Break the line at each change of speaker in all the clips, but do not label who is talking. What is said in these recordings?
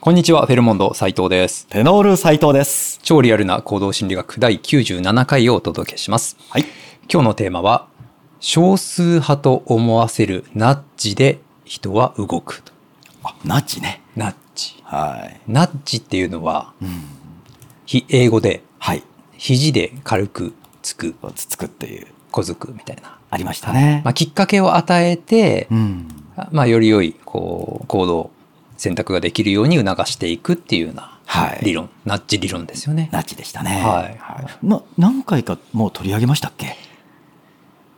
こんにちは、フェルモンド斉藤です。
テノール斉藤です。
超リアルな行動心理学第97回をお届けします。
はい。
今日のテーマは、少数派と思わせるナッジで人は動くと。
あ、ナッチね。
ナッジ。
はい。
ナッジっていうのは、ひ英語で、
はい。
肘で軽くつく、
こうつつくっていう。
小づくみたいな。
ありましたね。
まあ、きっかけを与えて、
うん。
まあ、より良い、こう、行動、選択ができるように促していくっていうような
はい。
理論、ナッジ理論ですよね。
ナッチでしたね。
はい
ま、何回かもう取り上げましたっけ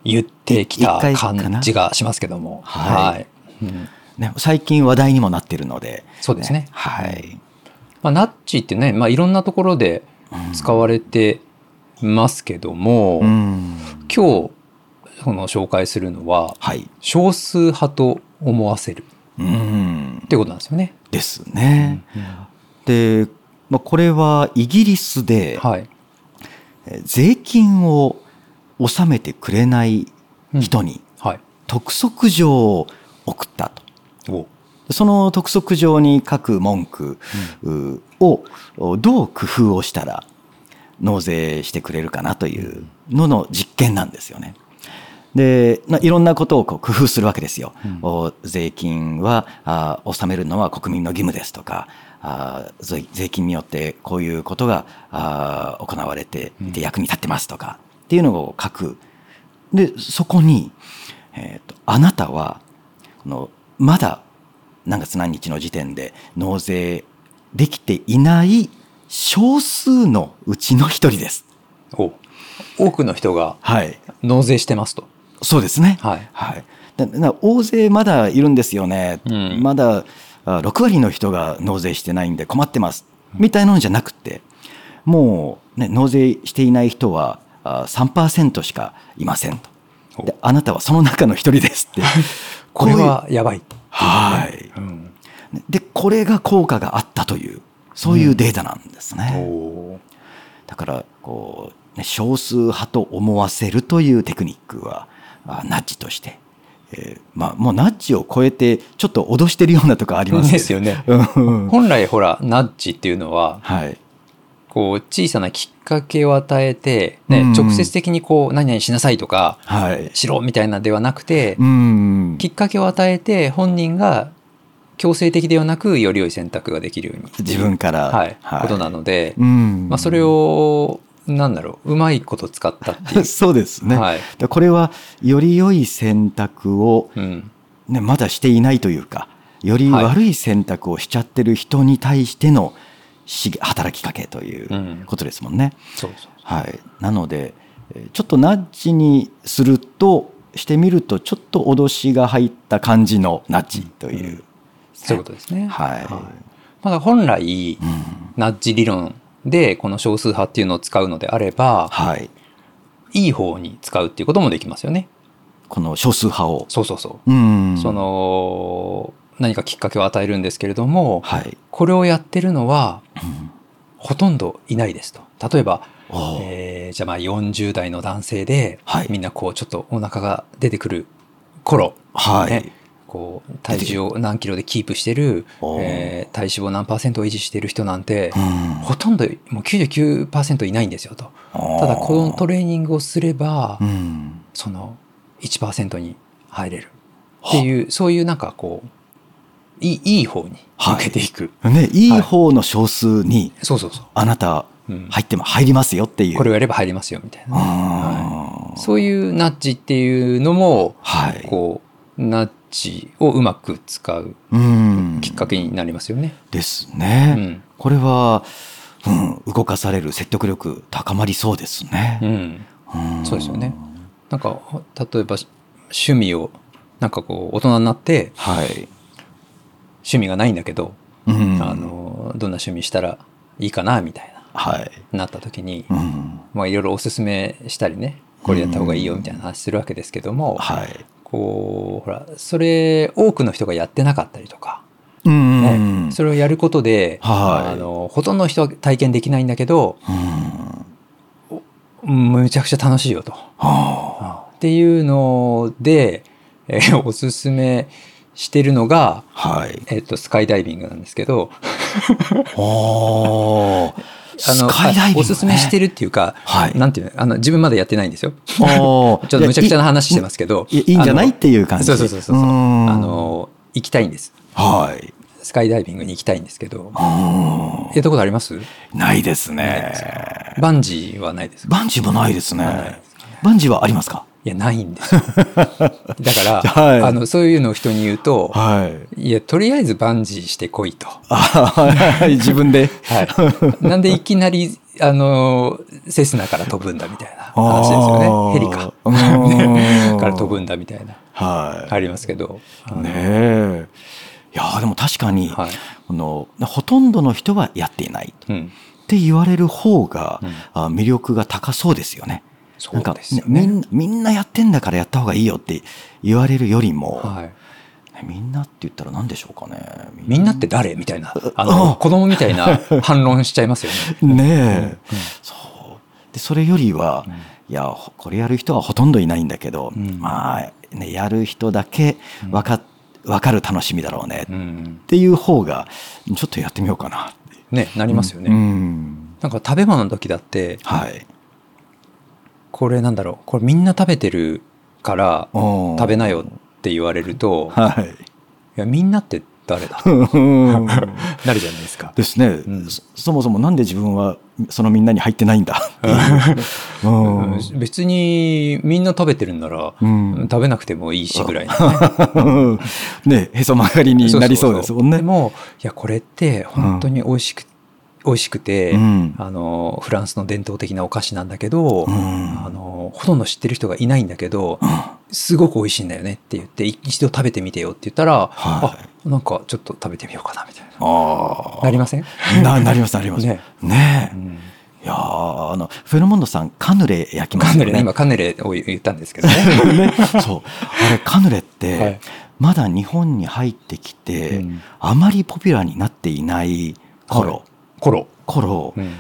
言ってきた
一回かな
感じがしますけども。
はい
いうん
ね、最近話題にもなってるので。
そうですね
はい。
まあ、ナッチってね、まあ、いろんなところで使われてますけども、
うん。
今日その紹介するのは
はい。
少数派と思わせるっ
うん。
てことなんですよね。
ですね。で、まあ、これはイギリスで、
はい、
えー税金を納めてくれない人に
はい、
督促状を送ったと。
お
その督促状に書く文句うをどう工夫をしたら納税してくれるかなというのの実験なんですよね。でないろんなことをこう工夫するわけですよ。お税金はあ納めるのは国民の義務ですとかあ税税金によってこういうことがあ行われていて役に立ってますとかっていうのを書く。でそこに、えーとあなたはこのまだ何月何日の時点で納税できていない少数のうちの一人です。
お多くの人が
はい、
納税してますと。
そうですね。
はい
はい、だだ大勢まだいるんですよね、
うん
まだあ6割の人が納税してないんで困ってますみたいなのじゃなくて、もう、ね、納税していない人はあ3%しかいませんと。であなたはその中の一人ですって。
これ
ういう
はやばい。
はい、
うん
でこれが効果があったというそういうデータなんですね。
お
だからこう、ね、少数派と思わせるというテクニックはあナッジとして、えーまあ、もうナッジを超えてちょっと脅してるようなとこあります
ですよね。
うん
本来ほらナッジっていうのは
はい、
こう小さなきっかけを与えて、ね
うん
直接的にこう何々しなさいとか
はい、
しろみたいなのではなくて、
うん
きっかけを与えて本人が強制的ではなくより良い選択ができるように
自分から、
はいことなので、
うん
まあ、それをなんだろううまいこと使ったっていう。
そうですね、
はい
だこれはより良い選択を、
うん
ね、まだしていないというかより悪い選択をしちゃってる人に対してのし働きかけという
うん
ことですもんね。
そうそう
はい、なのでえーちょっとナッジにするとしてみるとちょっと脅しが入った感じのナッジという、
そういうことですね。
はい
まだ本来、
うん
ナッジ理論でこの少数派っていうのを使うのであれば、
はい、
いい方に使うっていうこともできますよね。
この少数派を、
そうそうそう。
うん
その何かきっかけを与えるんですけれども、
はい、
これをやってるのは
うん
ほとんどいないですと。例えば、
おう
えーじゃあまあ40代の男性で、
はい
みんなこうちょっとお腹が出てくる頃、
はい、
ねこう体重を何キロでキープしてる、
おー
えー体脂肪何パーセントを維持してる人なんて、
うん
ほとんどもう99%いないんですよと。ただこのトレーニングをすれば、
うん
その1%に入れるっていうそういうなんかこういいいい方に向けていく、
ね、いい方の少数に
そうそうそう、
あなた
うん
入っても入りますよっていう、
これをやれば入りますよみたいな、
あー
そういうナッジっていうのも
はい、
こうナッジをうまく使う
うん
きっかけになりますよね。
ですね、
うん
これは、うん、動かされる説得力高まりそうです
う
ね。
ん、
ん
そうですよね。なんか例えばし趣味をなんかこう大人になって
はい。
趣味がないんだけど、
うん
あのどんな趣味したらいいかなみたいな
はい。
なった時に、
うん
まあ、いろいろおすすめしたりねこれやった方がいいよみたいな話するわけですけども、
はい。
こうほらそれ多くの人がやってなかったりとか、
うん
ねそれをやることで、
はい
あのほとんどの人は体験できないんだけど
うん
むちゃくちゃ楽しいよと。
は
っていうので、えーおすすめしてるのが、
あはい。
えっとスカイダイビングなんですけど
おー
あ
スカイダイビング、ね、
おすすめして
る。
るっていうか、
はい
なんていうのあの自分まだやってないんですよ。ち
おー
ょっ とむちゃくちゃな話してますけど
いやいいいんじゃない
あ
っ
の
ていう感じ
そうそうそうそう
うーん
あの行きたいんです
はい。
スカイダイビングに行きたいんですけど
うー
やったことあります
んないです
ないです
ね。
バンジーはないですか
バンジーもないです
ない
ね
です。
バンジーはありますか
いやないん ですよだから、
はい
あのそういうのを人に言うと、
はい。
い、やとりあえずバンジーしてこいと、
はい 自分で。
はい、なんでいきなりあのセスナから飛ぶんだみたいな話ですよねヘリか
うーん
から飛ぶんだみたいな
はい。
ありますけど、あの
ねえ。いやーでも確かに、
はい
このほとんどの人はやっていないっ
うん、
て言われる方が、
うん
あ魅力が高そうですよね。
そ
なん
う
か
ですよ
み
ね。
んなみんなやってんだからやった方がいいよって言われるよりも、
はい、
みんなって言ったら何でしょうかね。
みんなって誰みたいなあ
あ
の子供みたいな反論しちゃいますよね。
ねえ、そうでそれよりは、いやほこれやる人はほとんどいないんだけど、
うん
まあ、ね、やる人だけわか,、わかる楽しみだろうね
う
っ
ん、
ていう方がちょっとやってみようかなって
ねなりますよね。
うん
なんか食べ物の時だって
はい
これなんだろうこれみんな食べてるから食
食
べなよって言われると
はい
いやみんなって誰 だなるじゃないですか。
ですね、
ん
そそもそもなんで自分はそのみんなに入ってないんだっていう、うん
うん別にみんな食べてるんなら、
うん
食べなくてもいいしぐらいの
ねへそ曲がりになりそうですもん ね
でもいやこれって本当に美味しく、美味しくて、
うん
あのフランスの伝統的なお菓子なんだけど、
うん
あのほとんど知ってる人がいないんだけど、すごく美味しいんだよねって言ってい一度食べてみてよって言ったら、
は
あなんかちょっと食べてみようかなみたいな
あ
なりません、
あななりますなりますね
ね
ねえ
うん、
いやーあのフェルモンドさんカヌレ焼きま
カ
す
ヌ
よ
レね
ね。
今カヌレを言ったんですけ どね
ね そうあれカヌレって、
はい
まだ日本に入ってきて、
うん
あまりポピュラーになっていない頃、
はいコロ、
頃、
うん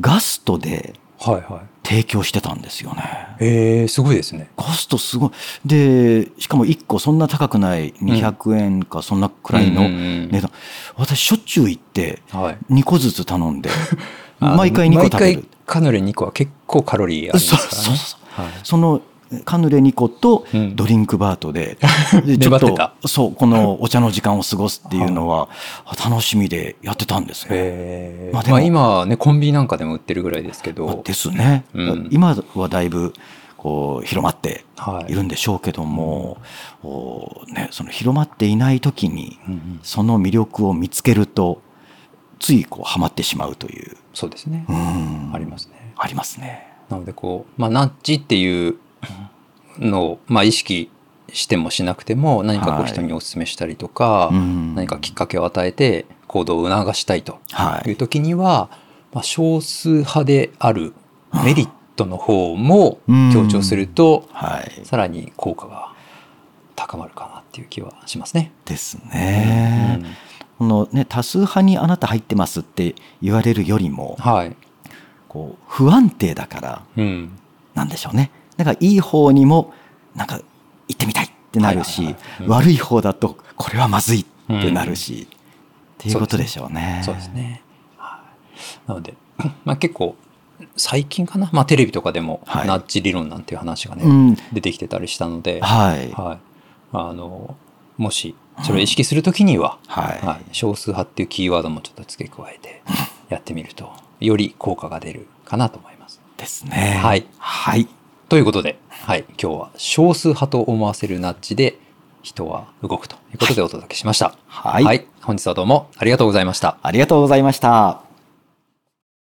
ガストで
はいは
提供してたんですよね。
いえー、すごいですね
ガストすごいでしかも1個そんな高くない200円かそんなくらいの
うんうんうん
値段、私しょっちゅう行って
はい
2個ずつ頼んで
あの
毎回2個食べる
毎回カヌレ2個は結構カロリーあります
そ
か
う
ら、ね、
そうそう
はい
そのカヌレ2個と
うん
ドリンクバート でで
粘ってた
そうこのお茶の時間を過ごすっていうのは 楽しみでやってたんですね。
へーま
まあ
あ
でも
今はねコンビニなんかでも売ってるぐらいですけど、
まあですね、
うん
今はだいぶこう広まって
はい
いるんでしょうけども、おね、その広まっていない時に
うんうん
その魅力を見つけるとついこうハマってしまうという、
そうですね、
うん
ありますね
ありますね。
なのでこう、まあ、ナッジっていうのを、まあ、意識してもしなくても何かこ
は
う
い
人にお勧めしたりとか、
うん
何かきっかけを与えて行動を促したいと
はいいう
時には、まあ、少数派であるメリットの方も強調すると、
はい、
さらに効果が高まるかなっていう気はしますね。
ですね。
うん
このね、多数派にあなた入ってますって言われるよりも
はい。
こう不安定だから
うん。
なんでしょうねだからいい方にもなんか行ってみたいってなるし、
はいはいはいうん
悪い方だとこれはまずいってなるし、っていうことでしょうね。
そうですね。はいなので、 まあ結構、最近かな、まあテレビとかでも、
はい
ナッジ理論なんていう話がね、
うん
出てきてたりしたので、
はい、
はい。あの、もし、それを意識するときには、
はい
はい、少数派っていうキーワードもちょっと付け加えてやってみると、より効果が出るかなと思います。
ですね。
はい
はい
ということで、はい、今日は少数派と思わせるナッジで人は動くということでお届けしました。
はい
本日はどうもありがとうございました。
ありがとうございました。